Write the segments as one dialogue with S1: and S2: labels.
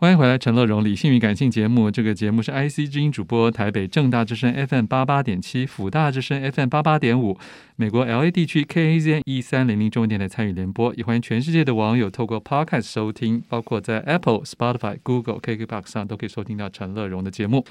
S1: 欢迎回来，陈乐荣理性与感性节目。这个节目是 IC 之音主播，台北正大之声 FM 八八点七，辅大之声 FM 八八点五，美国 LA 地区 KAZN 一 E 三零零中文电台参与联播。也欢迎全世界的网友透过 Podcast 收听，包括在 Apple、Spotify、Google、KKBox 上都可以收听到陈乐荣的节目。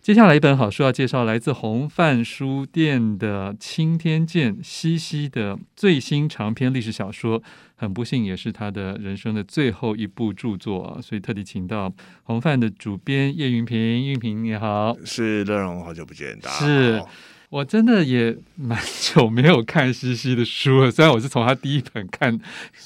S1: 接下来一本好书要介绍，来自红范书店的青天剑西西的最新长篇历史小说，很不幸也是他的人生的最后一部著作啊，所以特地请到红范的主编叶云平，云平你好，
S2: 是乐荣，好久不见，大家哦
S1: 是
S2: 好
S1: 我真的也蛮久没有看西西的书了，虽然我是从他第一本看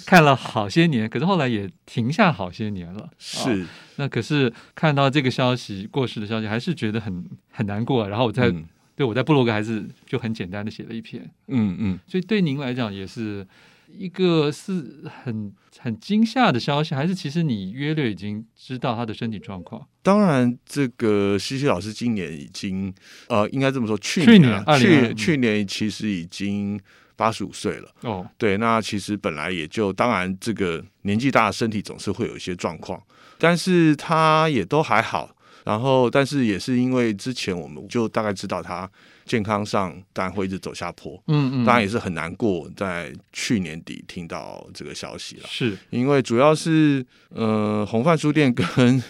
S1: 看了好些年，可是后来也停下好些年了，啊
S2: 是
S1: 那可是看到这个消息，过世的消息，还是觉得很很难过。啊然后我在、
S2: 嗯
S1: 对我在部落格还是就很简单的写了一篇，
S2: 嗯嗯，
S1: 所以对您来讲也是一个是很很惊吓的消息，还是其实你约略已经知道他的身体状况？
S2: 当然，这个西西老师今年已经呃，应该这么说，去
S1: 去
S2: 年啊
S1: 年2022
S2: 去去年其实已经八十五岁了。
S1: 哦，
S2: 对，那其实本来也就，当然这个年纪大，身体总是会有一些状况，但是他也都还好。然后，但是也是因为之前我们就大概知道他健康上当然会一直走下坡，
S1: 嗯嗯，
S2: 当然也是很难过，在去年底听到这个消息了。
S1: 是
S2: 因为主要是呃，红范书店跟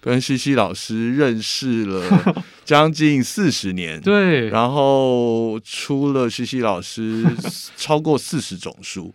S2: 跟西西老师认识了 将近四十年，，
S1: 对，
S2: 然后出了西西 老师超过四十种书。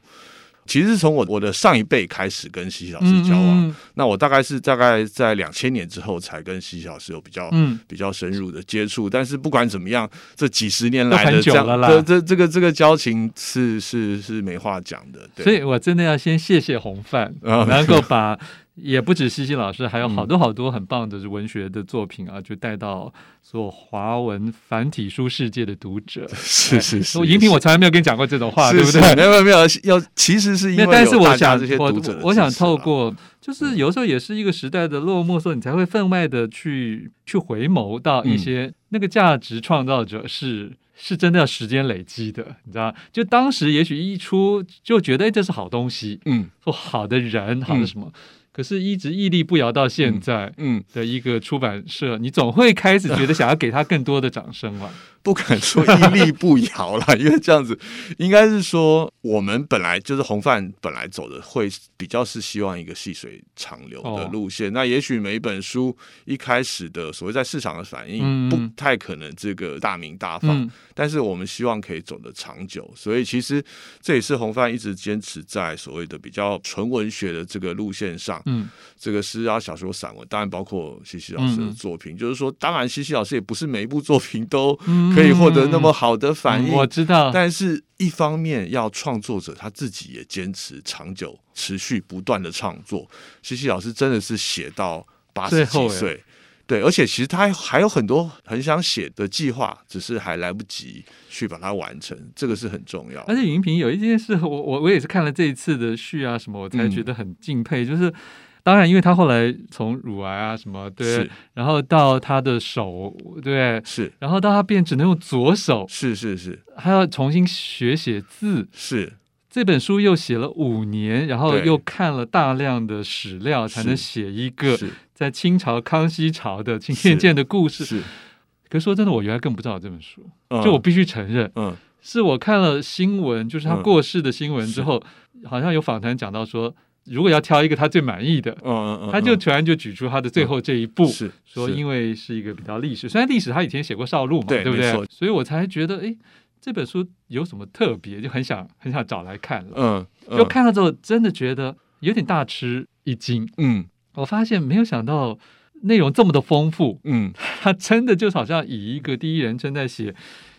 S2: 其实是从我我的上一辈开始跟西西老师交往，
S1: 嗯
S2: 那我大概是大概在两千年之后才跟西西老师有比较、
S1: 嗯
S2: 比较深入的接触。但是不管怎么样，这几十年来
S1: 都很
S2: 的
S1: 久
S2: 这样
S1: 了啦
S2: 这这这个这个交情是是是没话讲的。对
S1: 所以我真的要先谢谢红范，
S2: 啊
S1: 能够把也不止西西老师，还有好多好多很棒的文学的作品啊，就带到所有华文繁体书世界的读者。
S2: 是是是，
S1: 我荧屏我从来没有跟你讲过这种话，
S2: 是
S1: 对不
S2: 是
S1: 对？
S2: 没有没有没有，要其实是因
S1: 那
S2: 为
S1: 但是
S2: 有
S1: 我
S2: 大家
S1: 想
S2: 这些，
S1: 我
S2: 读者的
S1: 我想
S2: 支持啊嗯
S1: 透过，就是有时候也是一个时代的落寞的时候，你才会分外的去去回眸到
S2: 嗯
S1: 一些、那个价值创造者是是真的要时间累积的，你知道吗？就当时也许一出就觉得哎这是好东西，
S2: 嗯
S1: 说好的人，好的什么，可是一直屹立不摇到现在
S2: 嗯，
S1: 的一个出版社，你总会开始觉得想要给他更多的掌声 了。
S2: 不敢说屹立不摇啦，因为这样子应该是说我们本来就是红范本来走的会比较是希望一个细水长流的
S1: 哦
S2: 路线。那也许每一本书一开始的所谓在市场的反应、
S1: 嗯
S2: 不太可能这个大名大放，
S1: 嗯
S2: 但是我们希望可以走得长久，所以其实这也是红范一直坚持在所谓的比较纯文学的这个路线上。
S1: 嗯，
S2: 这个诗啊、小说、散文，当然包括西西老师
S1: 嗯
S2: 的
S1: 嗯
S2: 作品。就是说，当然西西老师也不是每一部作品都
S1: 嗯
S2: 可以获得那么好的反应，
S1: 嗯我知道，
S2: 但是一方面要创作者他自己也坚持长久、持续不断的创作。西西老师真的是写到八
S1: 最
S2: 十
S1: 后
S2: 几
S1: 哎
S2: 岁。对，而且其实他还有很多很想写的计划，只是还来不及去把它完成，这个是很重要的。
S1: 而且云平有一件事，我我我也是看了这一次的序啊什么，我才
S2: 嗯
S1: 觉得很敬佩。就是当然，因为他后来从乳癌啊什么，对
S2: 是，
S1: 然后到他的手，对，
S2: 是
S1: 然后到他变只能用左手，
S2: 是是是
S1: 还要重新学写字。
S2: 是，
S1: 这本书又写了五年，然后
S2: 对
S1: 又看了大量的史料，才能
S2: 是
S1: 写一个
S2: 是
S1: 在清朝康熙朝的青天剑的故事。
S2: 是，
S1: 可是说真的，我原来更不知道这本书，
S2: 嗯
S1: 就我必须承认，
S2: 嗯
S1: 是我看了新闻，就是他
S2: 嗯
S1: 过世的新闻之后，好像有访谈讲到说，如果要挑一个他最满意的
S2: 嗯，嗯嗯，
S1: 他就
S2: 嗯
S1: 突然就举出他的最后这一步，
S2: 是
S1: 说
S2: 是
S1: 因为是一个比较历史，虽然历史他以前写过少路嘛，
S2: 对
S1: 不
S2: 没
S1: 对
S2: 错？
S1: 所以我才觉得，哎，这本书有什么特别，就很想很想找来看了。
S2: 嗯，
S1: 就看了之后，真的觉得有点大吃一惊。
S2: 嗯
S1: 我发现没有想到内容这么的丰富，
S2: 嗯
S1: 他真的就好像以一个第一人称在写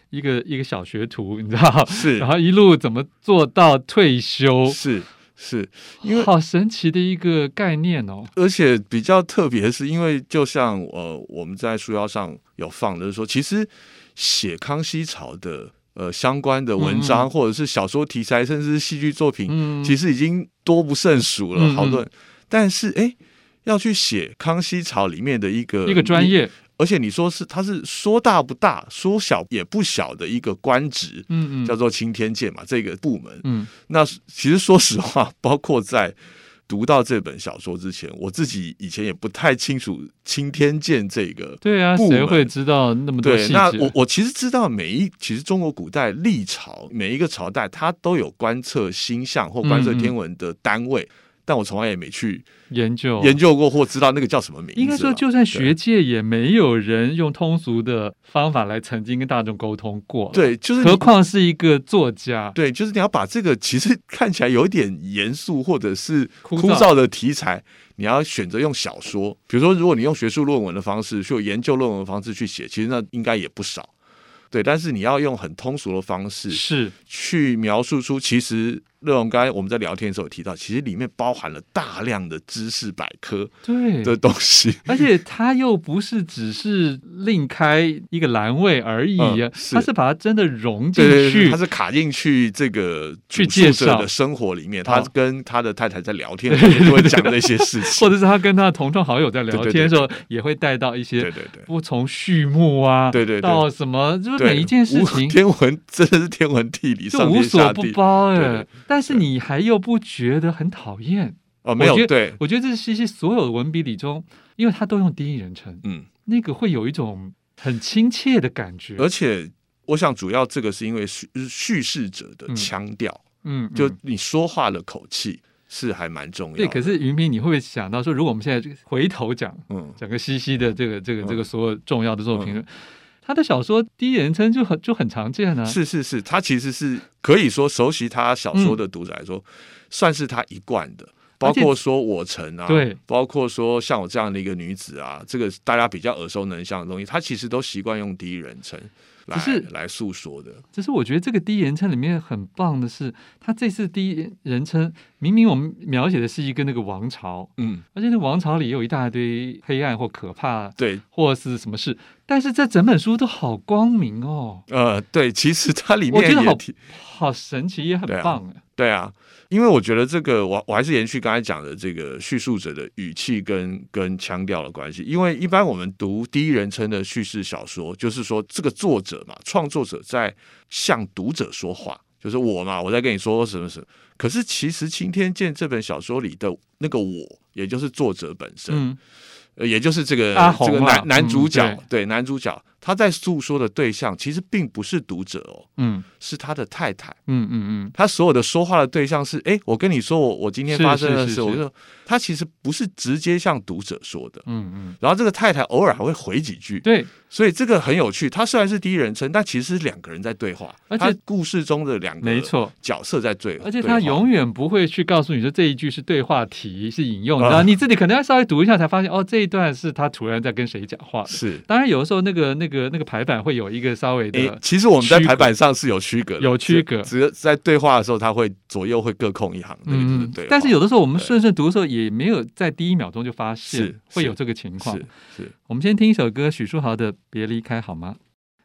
S1: 一个一个小学徒，你知道，
S2: 是
S1: 然后一路怎么做到退休，
S2: 是是，因为
S1: 好神奇的一个概念哦。
S2: 而且比较特别，是因为就像呃我们在书腰上有放的，就是说其实写康熙朝的呃相关的文章，或者是小说题材，甚至是戏剧作品，
S1: 嗯，
S2: 其实已经多不胜数了，
S1: 嗯
S2: 好多人。但是哎。要去写康熙朝里面的一个
S1: 一个专，业，
S2: 而且你说是它是说大不大，说小也不小的一个官职，
S1: 嗯嗯，
S2: 叫做青天剑嘛，这个部门。
S1: 嗯
S2: 那其实说实话，包括在读到这本小说之前，我自己以前也不太清楚青天剑这个。
S1: 对啊，
S2: 部
S1: 谁
S2: 门
S1: 会知道那么多
S2: 对，
S1: 细
S2: 那
S1: 节
S2: 我？我其实知道每一，其实中国古代历朝每一个朝代，它都有观测星象或观测
S1: 嗯嗯
S2: 天文的单位，但我从来也没去
S1: 研究
S2: 研究过或知道那个叫什么名
S1: 哦
S2: 字啦。啊
S1: 应该说，就算学
S2: 对
S1: 界也没有人用通俗的方法来曾经跟大众沟通过，，
S2: 对，就是你
S1: 何况是一个作家。
S2: 对，就是你要把这个其实看起来有一点严肃或者是
S1: 枯
S2: 枯
S1: 燥
S2: 燥的题材，你要选择用小说。比如说，如果你用学术论文的方式，去有研究论文的方式去写，其实那应该也不少。对，但是你要用很通俗的方式
S1: 是，
S2: 去描述出，其实乐荣刚才我们在聊天的时候有提到，其实里面包含了大量的知识百科
S1: 对，
S2: 的东西。
S1: 而且他又不是只是另开一个栏位而已啊，
S2: 嗯是
S1: 他是把它真的融进
S2: 对对对，
S1: 去
S2: 他。是卡进去这个
S1: 去
S2: 主述
S1: 介
S2: 者
S1: 绍
S2: 的生活里面，
S1: 哦
S2: 他跟他的太太在 聊天的时候就会讲这些事情，
S1: 或者是他跟他的同窗好友在聊
S2: 对对对
S1: 天的时候，也会带到一
S2: 对
S1: 些
S2: 对对。
S1: 不从序幕啊，
S2: 对对对
S1: 到什么，就是
S2: 对，
S1: 每一件事
S2: 无
S1: 情
S2: 天文真的是天文地理，
S1: 就
S2: 上
S1: 无
S2: 天
S1: 所
S2: 下
S1: 不
S2: 地
S1: 包哎、
S2: 对对
S1: 但是
S2: 对
S1: 你还又不觉得很讨厌？
S2: 哦，没
S1: 我
S2: 有
S1: 觉得
S2: 对，
S1: 我觉得这是西西所有的文笔里中，因为他都用第一人称，
S2: 嗯，
S1: 那个会有一种很亲切的感觉。
S2: 而且我想主要这个是因为叙叙事者的
S1: 嗯
S2: 腔调，
S1: 嗯，
S2: 就
S1: 嗯
S2: 你说话的口气是还蛮重要的。
S1: 对。可是云平，你会不会想到说，如果我们现在这个回头讲
S2: 嗯，
S1: 整个西西的这个这个这个所有重要的作品，
S2: 嗯
S1: 他的小说第一人称就很就很常见啊。
S2: 是是是，他其实是可以说熟悉他小说的读者来说，
S1: 嗯
S2: 算是他一贯的。包括说我城啊，
S1: 对，
S2: 包括说像我这样的一个女子啊，这个大家比较耳熟能详的东西，他其实都习惯用第一人称来
S1: 可是
S2: 来诉说的。
S1: 只是我觉得这个第一人称里面很棒的是，他这次第一人称明明我们描写的是一个那个王朝，
S2: 嗯，
S1: 而且那王朝里有一大堆黑暗或可怕
S2: 对，
S1: 或是什么事，但是这整本书都好光明哦，
S2: 呃，对，其实它里
S1: 我觉
S2: 面
S1: 得
S2: 也
S1: 好
S2: 提，
S1: 好神奇，也很
S2: 对啊
S1: 棒哎、
S2: 对啊，因为我觉得这个，我我还是延续刚才讲的这个叙述者的语气跟跟腔调的关系，因为一般我们读第一人称的叙事小说，就是说这个作者嘛，创作者在向读者说话，就是我嘛，我在跟你说什么什么。可是其实《青天剑》这本小说里的那个我，也就是作者本身，
S1: 嗯，
S2: 呃，也就是这个
S1: 阿红
S2: 这个
S1: 啦
S2: 男男主角，
S1: 嗯
S2: 对男主角，他在诉说的对象其实并不是读者哦，
S1: 嗯
S2: 是他的太太。
S1: 嗯嗯
S2: 他所有的说话的对象是，哎、我跟你说我我今天
S1: 是
S2: 发生的
S1: 是
S2: 事，
S1: 是
S2: 我
S1: 是
S2: 就他其实不是直接向读者说的
S1: 嗯，嗯嗯，
S2: 然后这个太太偶尔还会回几句，
S1: 对，
S2: 所以这个很有趣。他虽然是第一人称，但其实是两个人在对话，
S1: 而且
S2: 他故事中的两个
S1: 没错。
S2: 角色在对，
S1: 而且
S2: 对
S1: 他
S2: 话
S1: 永远不会去告诉你说这一句是对话题是引用的，
S2: 啊
S1: 然后你自己可能要稍微读一下才发现，哦，这一段是他突然在跟谁讲话的。
S2: 是。
S1: 当然，有的时候那个那个那个排版会有一个稍微
S2: 诶、
S1: 的，
S2: 其实我们在
S1: 区隔
S2: 排版上是有区隔的，
S1: 有区隔
S2: 只只是在对话的时候，他会左右会各空一行，那个就是
S1: 嗯
S2: 对话。，
S1: 但是有的时候我们
S2: 对
S1: 顺顺读的时候也没有在第一秒钟就发现
S2: 是
S1: 会
S2: 是
S1: 有这个情况
S2: 是。是，
S1: 我们先听一首歌，许书豪的《别离开》好吗？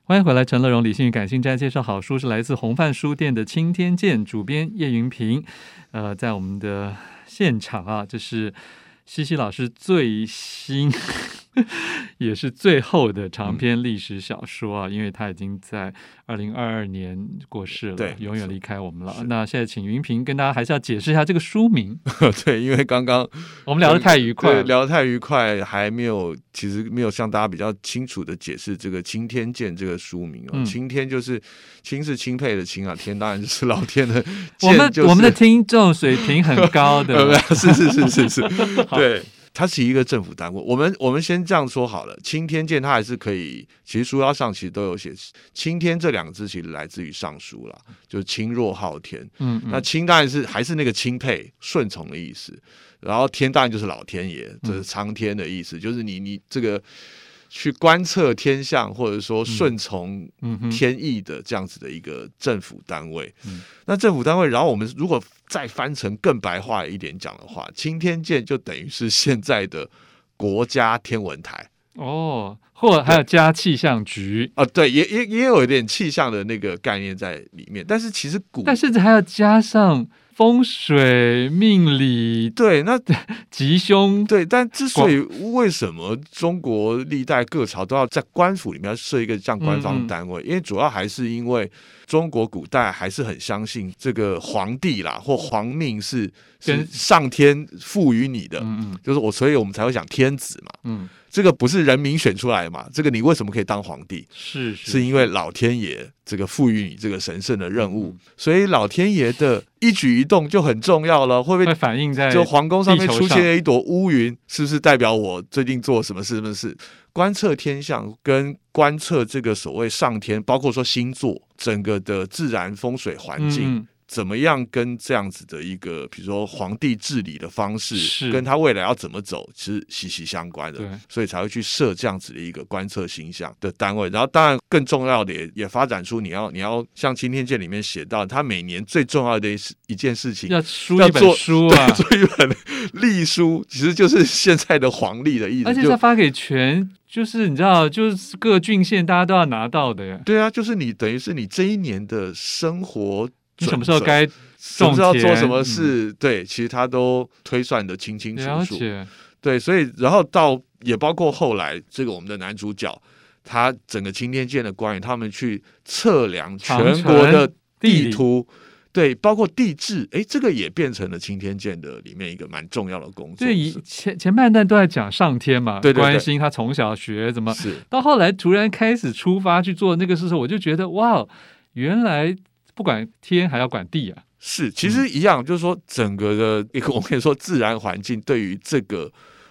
S1: 欢迎回来，陈乐荣理性与感性斋介绍好书是来自红范书店的《青天剑》，主编叶云平。呃，在我们的现场啊，这是西西老师最新 也是最后的长篇历史小说啊，因为他已经在二零二二年过世了，
S2: 对
S1: 永
S2: 没
S1: 远
S2: 错
S1: 离开我们了
S2: 是。
S1: 那现在请云平跟大家还是要解释一下这个书名，
S2: 对，因为刚刚
S1: 我们聊得太愉快
S2: 对，
S1: 了。
S2: 聊得太愉快，还没有，其实没有向大家比较清楚的解释这个“青天剑”这个书名哦。
S1: 嗯
S2: 青天就是“青”是钦佩的“钦”啊，天当然就是老天的
S1: 我们
S2: 剑、就是。
S1: 我们的 听众水平很高的，
S2: 呃，是是是是是， 对，它是一个政府单位。我们我们先这样说好了，青天剑它还是可以，其实书腰上其实都有写“青天”这两个字，其实来自于《尚书》啦，就是“青若昊天”。
S1: 嗯，嗯
S2: 那钦当然是还是那个钦佩顺从的意思，然后天当然就是老天爷，
S1: 嗯
S2: 这是苍天的意思，就是你你这个去观测天象或者说顺从
S1: 嗯哼，
S2: 天意的这样子的一个政府单位。
S1: 嗯
S2: 那政府单位，然后我们如果再翻成更白话一点讲的话，青天剑就等于是现在的国家天文台。
S1: 哦，或还有加气象局，
S2: 啊，对，也也也有一点气象的那个概念在里面，但是其实古
S1: 但甚至还要加上风水、命理、
S2: 对，那
S1: 吉凶，
S2: 对，但之所以为什么中国历代各朝都要在官府里面设一个这样官方单
S1: 嗯
S2: 位，因为主要还是因为中国古代还是很相信这个皇帝啦或皇命是是
S1: 嗯跟
S2: 上天赋予你的，
S1: 嗯嗯
S2: 就是我，所以我们才会讲天子嘛，
S1: 嗯，
S2: 这个不是人民选出来嘛，这个你为什么可以当皇帝？
S1: 是
S2: 是因为老天爷这个赋予你这个神圣的任
S1: 嗯
S2: 务，所以老天爷的一举一动就很重要了，会不会
S1: 会反映在
S2: 就皇宫上面
S1: 地球
S2: 出
S1: 上
S2: 现了一朵乌云，是不是代表我最近做什么事？什么事？观测天象跟观测这个所谓上天，包括说星座，整个的自然风水环
S1: 嗯
S2: 境、
S1: 嗯
S2: 怎么样，跟这样子的一个，比如说皇帝治理的方式，
S1: 是
S2: 跟他未来要怎么走，其实息息相关的。
S1: 嗯对，
S2: 所以才会去设这样子的一个观测星象的单位。然后，当然更重要的也也发展出你要你要像《青天剑》里面写到，他每年最重要的一一件事情。
S1: 要书
S2: 要
S1: 一本
S2: 做
S1: 书
S2: 对
S1: 啊，
S2: 做一本历书，其实就是现在的黄历的意思。
S1: 而且
S2: 就
S1: 再发给全，就是你知道，就是各郡县大家都要拿到的耶。
S2: 对啊，就是你等于是你这一年的生活
S1: 你什
S2: 准则，
S1: 么时候该
S2: 什么时
S1: 种
S2: 候做
S1: 田嗯
S2: 什么事，对，其实他都推算的清清楚
S1: 了
S2: 楚。
S1: 解？
S2: 对，所以然后到也包括后来这个我们的男主角，他整个青天剑的官员，他们去测量全
S1: 长城
S2: 国的
S1: 地
S2: 地
S1: 理
S2: 图。对，包括地质，哎，这个也变成了青天剑的里面一个蛮重要的工作。
S1: 对，以前前半段都在讲上天嘛，
S2: 对对对
S1: 关心他从小学怎么，
S2: 是
S1: 到后来突然开始出发去做那个事的时候，我就觉得哇，原来不管天还要管地啊。
S2: 是，其实一样，就是说整个的 一个，我跟你说，自然环境对于这个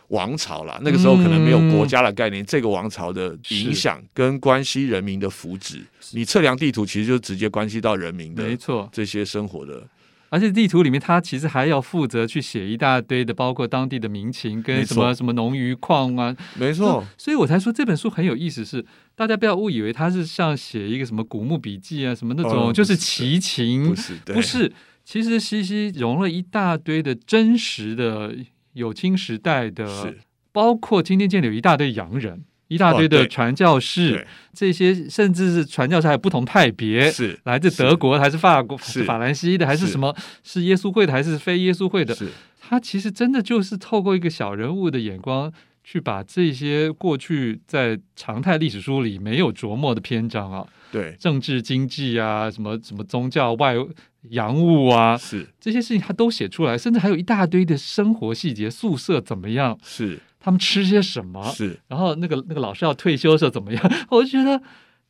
S2: 王朝啦，那个时候可能没有国家的概念，这个王朝的影响跟关系人民的福祉，你测量地图其实就直接关系到人民
S1: 没
S2: 的
S1: 错，
S2: 这些生活的，
S1: 而且地图里面他其实还要负责去写一大堆的，包括当地的民情
S2: 没
S1: 跟什
S2: 错
S1: 么什么农渔矿啊，
S2: 没错
S1: 就，所以我才说这本书很有意思是，大家不要误以为它是像写一个什么古墓笔记啊，什么那种、
S2: 哦
S1: 就
S2: 不
S1: 是
S2: 是
S1: 奇情，
S2: 不是，对
S1: 嗯不是其实西西融了一大堆的真实的有清时代的
S2: 是，
S1: 包括今天见里有一大堆洋人，一大堆
S2: 哦
S1: 的
S2: 对
S1: 传教士，这些甚至是传教士还有不同派别
S2: 对，。是
S1: 来自德国还是法国、
S2: 是
S1: 法兰西的，还是
S2: 是
S1: 什么？是耶稣会的还是非耶稣会的？
S2: 是
S1: 他其实真的就是透过一个小人物的眼光，去把这些过去在常态历史书里没有琢磨的篇章啊，
S2: 对
S1: 政治、经济啊，什么什么宗教、外洋务啊，
S2: 是
S1: 这些事情他都写出来，甚至还有一大堆的生活细节，宿舍怎么样，
S2: 是
S1: 他们吃些什么，
S2: 是，
S1: 然后那个那个老师要退休的时候怎么样， 我就觉得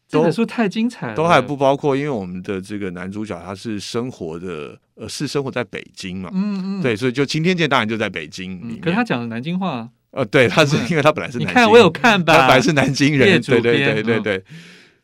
S1: 这本
S2: 都
S1: 书太精彩了，
S2: 都还不包括，因为我们的这个男主角他是生活的，呃，是生活在北京嘛。
S1: 嗯嗯，
S2: 对，所以就青天剑当然就在北京里
S1: 嗯，
S2: 面。
S1: 可是他讲的南京话，
S2: 呃，对，他是因为他本来
S1: 嗯
S2: 是
S1: 你
S2: 南京，
S1: 看我有看
S2: 他
S1: 吧，
S2: 本来是南京
S1: 列
S2: 人，
S1: 主
S2: 对对
S1: 编
S2: 对对
S1: 嗯
S2: 对。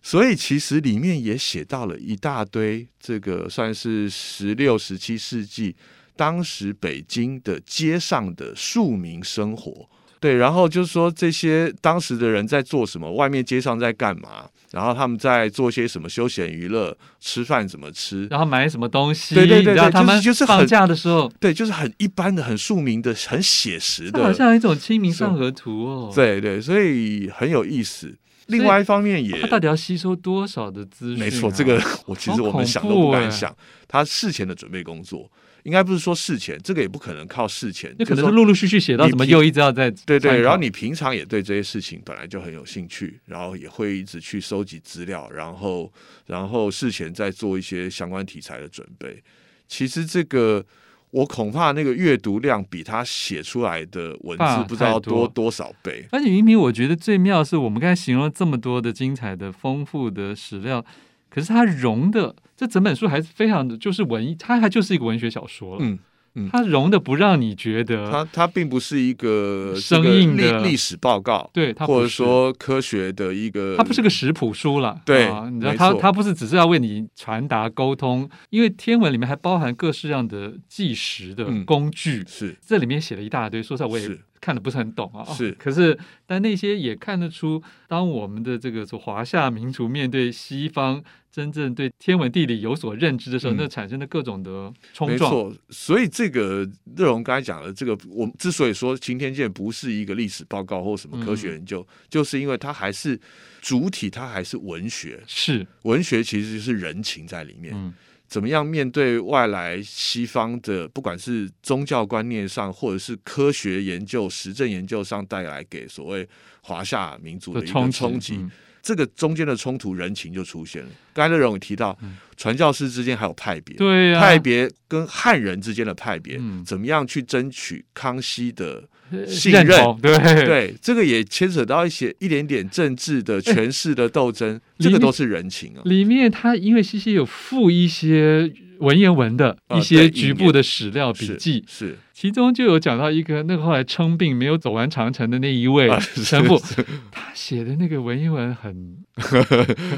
S2: 所以其实里面也写到了一大堆，这个算是十六、十七世纪当时北京的街上的庶民生活。对，然后就是说这些当时的人在做什么，外面街上在干嘛，然后他们在做些什么休闲娱乐，吃饭怎么吃，
S1: 然后买什么东西，
S2: 对对对
S1: 你知道
S2: 对
S1: 他
S2: 就是
S1: 们
S2: 就是很
S1: 放假的时候，
S2: 对，就是很一般的、很庶民的、很写实
S1: 这好
S2: 的
S1: 像有一种《清明上河图》哦。，
S2: 对对，所以很有意思。
S1: 所以
S2: 另外一方面也
S1: 他，到底要吸收多少的资讯啊、
S2: 没错，这个 我其实我
S1: 恐
S2: 们想都
S1: 怖
S2: 不
S1: 欸
S2: 敢想，他事前的准备工作，应该不是说事前，这个也不可能靠事前，
S1: 那可能
S2: 就是是说
S1: 陆陆续续写到
S2: 你
S1: 什么
S2: 平
S1: 又一直要在
S2: 对对，
S1: 参考
S2: 然后你平常也对这些事情本来就很有兴趣，然后也会一直去收集资料，然后然后事前再做一些相关题材的准备。其实这个我恐怕那个阅读量比他写出来的文
S1: 大
S2: 字不知道
S1: 太
S2: 要
S1: 多
S2: 多多少倍。
S1: 而且云平，我觉得最妙是我们刚才形容了这么多的精彩的、丰富的史料，可是它融的这整本书还是非常的，就是文艺，它还就是一个文学小说了。
S2: 嗯嗯
S1: 它融的不让你觉得，
S2: 它它并不是一个这
S1: 嗯生
S2: 个
S1: 硬
S2: 历
S1: 的
S2: 历史报告，
S1: 对它不
S2: 或者
S1: 是
S2: 说科学的一个，
S1: 它不是个食谱书了。
S2: 对
S1: 啊你知道
S2: 没
S1: 它
S2: 错
S1: 它不是只是要为你传达沟通，因为天文里面还包含各式各样的计时的
S2: 嗯
S1: 工具。
S2: 是
S1: 这里面写了一大堆，说实话我也
S2: 是
S1: 看的不是很懂啊。
S2: 是
S1: 可是但那些也看得出，当我们的这个说华夏民族面对西方真正对天文地理有所认知的时候，
S2: 嗯
S1: 那产生的各种的冲
S2: 没
S1: 撞。
S2: 错。所以这个热荣刚才讲的这个，我们之所以说擎天剑不是一个历史报告或什么科
S1: 嗯
S2: 学研究，就是因为它还是主体，它还是文学，
S1: 是，
S2: 文学其实是人情在里面。
S1: 嗯，
S2: 怎么样面对外来西方的，不管是宗教观念上，或者是科学研究、实证研究上带来给所谓华夏民族的一个冲击。
S1: 嗯
S2: 这个中间的冲突人情就出现了。刚才乐荣也提到，传教士之间还有派
S1: 嗯
S2: 别，
S1: 对啊呀、
S2: 派别跟汉人之间的派别，
S1: 嗯
S2: 怎么样去争取康熙的？
S1: 呃
S2: 信
S1: 认
S2: 任
S1: 同对
S2: 对，这个也牵扯到一些一点点政治的权势的斗
S1: 嗯
S2: 争，这个都是人情啊。
S1: 里面它因为西西有附一些文言文的、
S2: 呃
S1: 一些
S2: 对
S1: 局
S2: 引
S1: 部
S2: 言
S1: 的史料笔
S2: 是
S1: 记，
S2: 是
S1: 其中就有讲到一个那个后来称病没有走完长城的那一位
S2: 啊是
S1: 神父，
S2: 是
S1: 他写的那个文言文很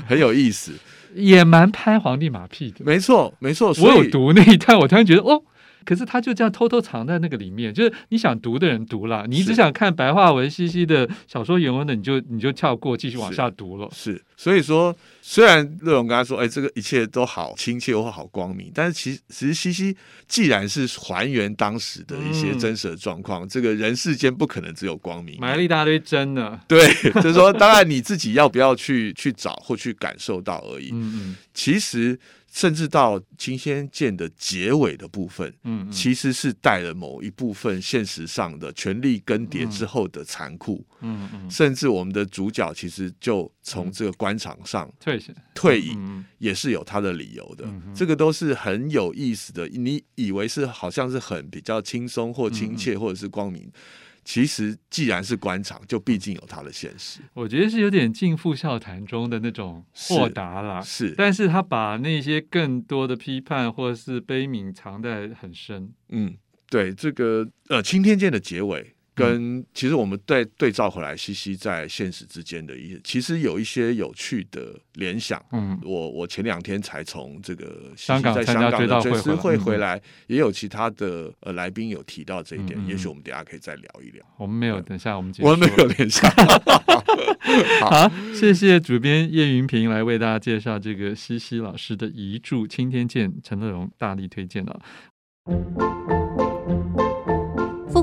S2: 很有意思，
S1: 也蛮拍皇帝马屁的。
S2: 没错没错。
S1: 我
S2: 所
S1: 有
S2: 以
S1: 读那一段，我突然觉得哦。可是他就这样偷偷藏在那个里面，就是你想读的人读了，你只
S2: 是
S1: 想看白话文西西的小说原文的，你就你就跳过，继续往
S2: 是
S1: 下读了。
S2: 是，所以说，虽然乐荣跟他说，哎，这个一切都好亲切或好光明，但是其实其实西西既然是还原当时的一些
S1: 嗯
S2: 真实的状况，这个人世间不可能只有光明。啊
S1: 埋了一大堆针呢。
S2: 对， 就是说，当然你自己要不要去去找或去感受到而已。
S1: 嗯
S2: 其实，甚至到《金仙剑》的结尾的部分，
S1: 嗯嗯嗯
S2: 其实是带了某一部分现实上的权力更迭之后的残酷，
S1: 嗯嗯，
S2: 甚至我们的主角其实就从这个官场上
S1: 退下
S2: 退隐，
S1: 嗯
S2: 也是有他的理由的。
S1: 嗯哼
S2: 这个都是很有意思的。你以为是好像是很比较轻松或
S1: 嗯
S2: 亲切或者是光明，其实既然是官场，就毕竟有它的现实。
S1: 我觉得是有点尽付笑谈中的那种豁达啦。
S2: 是，
S1: 但是他把那些更多的批判或是悲悯藏在很深，
S2: 嗯，对，这个呃，《青天剑》的结
S1: 嗯
S2: 尾。跟其实我们对对照回来，西西在现实之间的一些，其实有一些有趣的联想。
S1: 嗯
S2: 我我前两天才从这个西西
S1: 香港
S2: 在
S1: 参加
S2: 香港
S1: 追
S2: 的
S1: 悼
S2: 追
S1: 会
S2: 思
S1: 回来
S2: 会
S1: 嗯
S2: 回来，也有其他的呃来宾有提到这一点，
S1: 嗯嗯嗯
S2: 也许我们等一下可以再聊一聊。
S1: 我们没有，等一下我们结束。
S2: 我们没有 联 想，
S1: 好，谢谢主编叶云平来为大家介绍这个西西老师的遗著《青天剑》，陈乐融大力推荐的。
S3: 富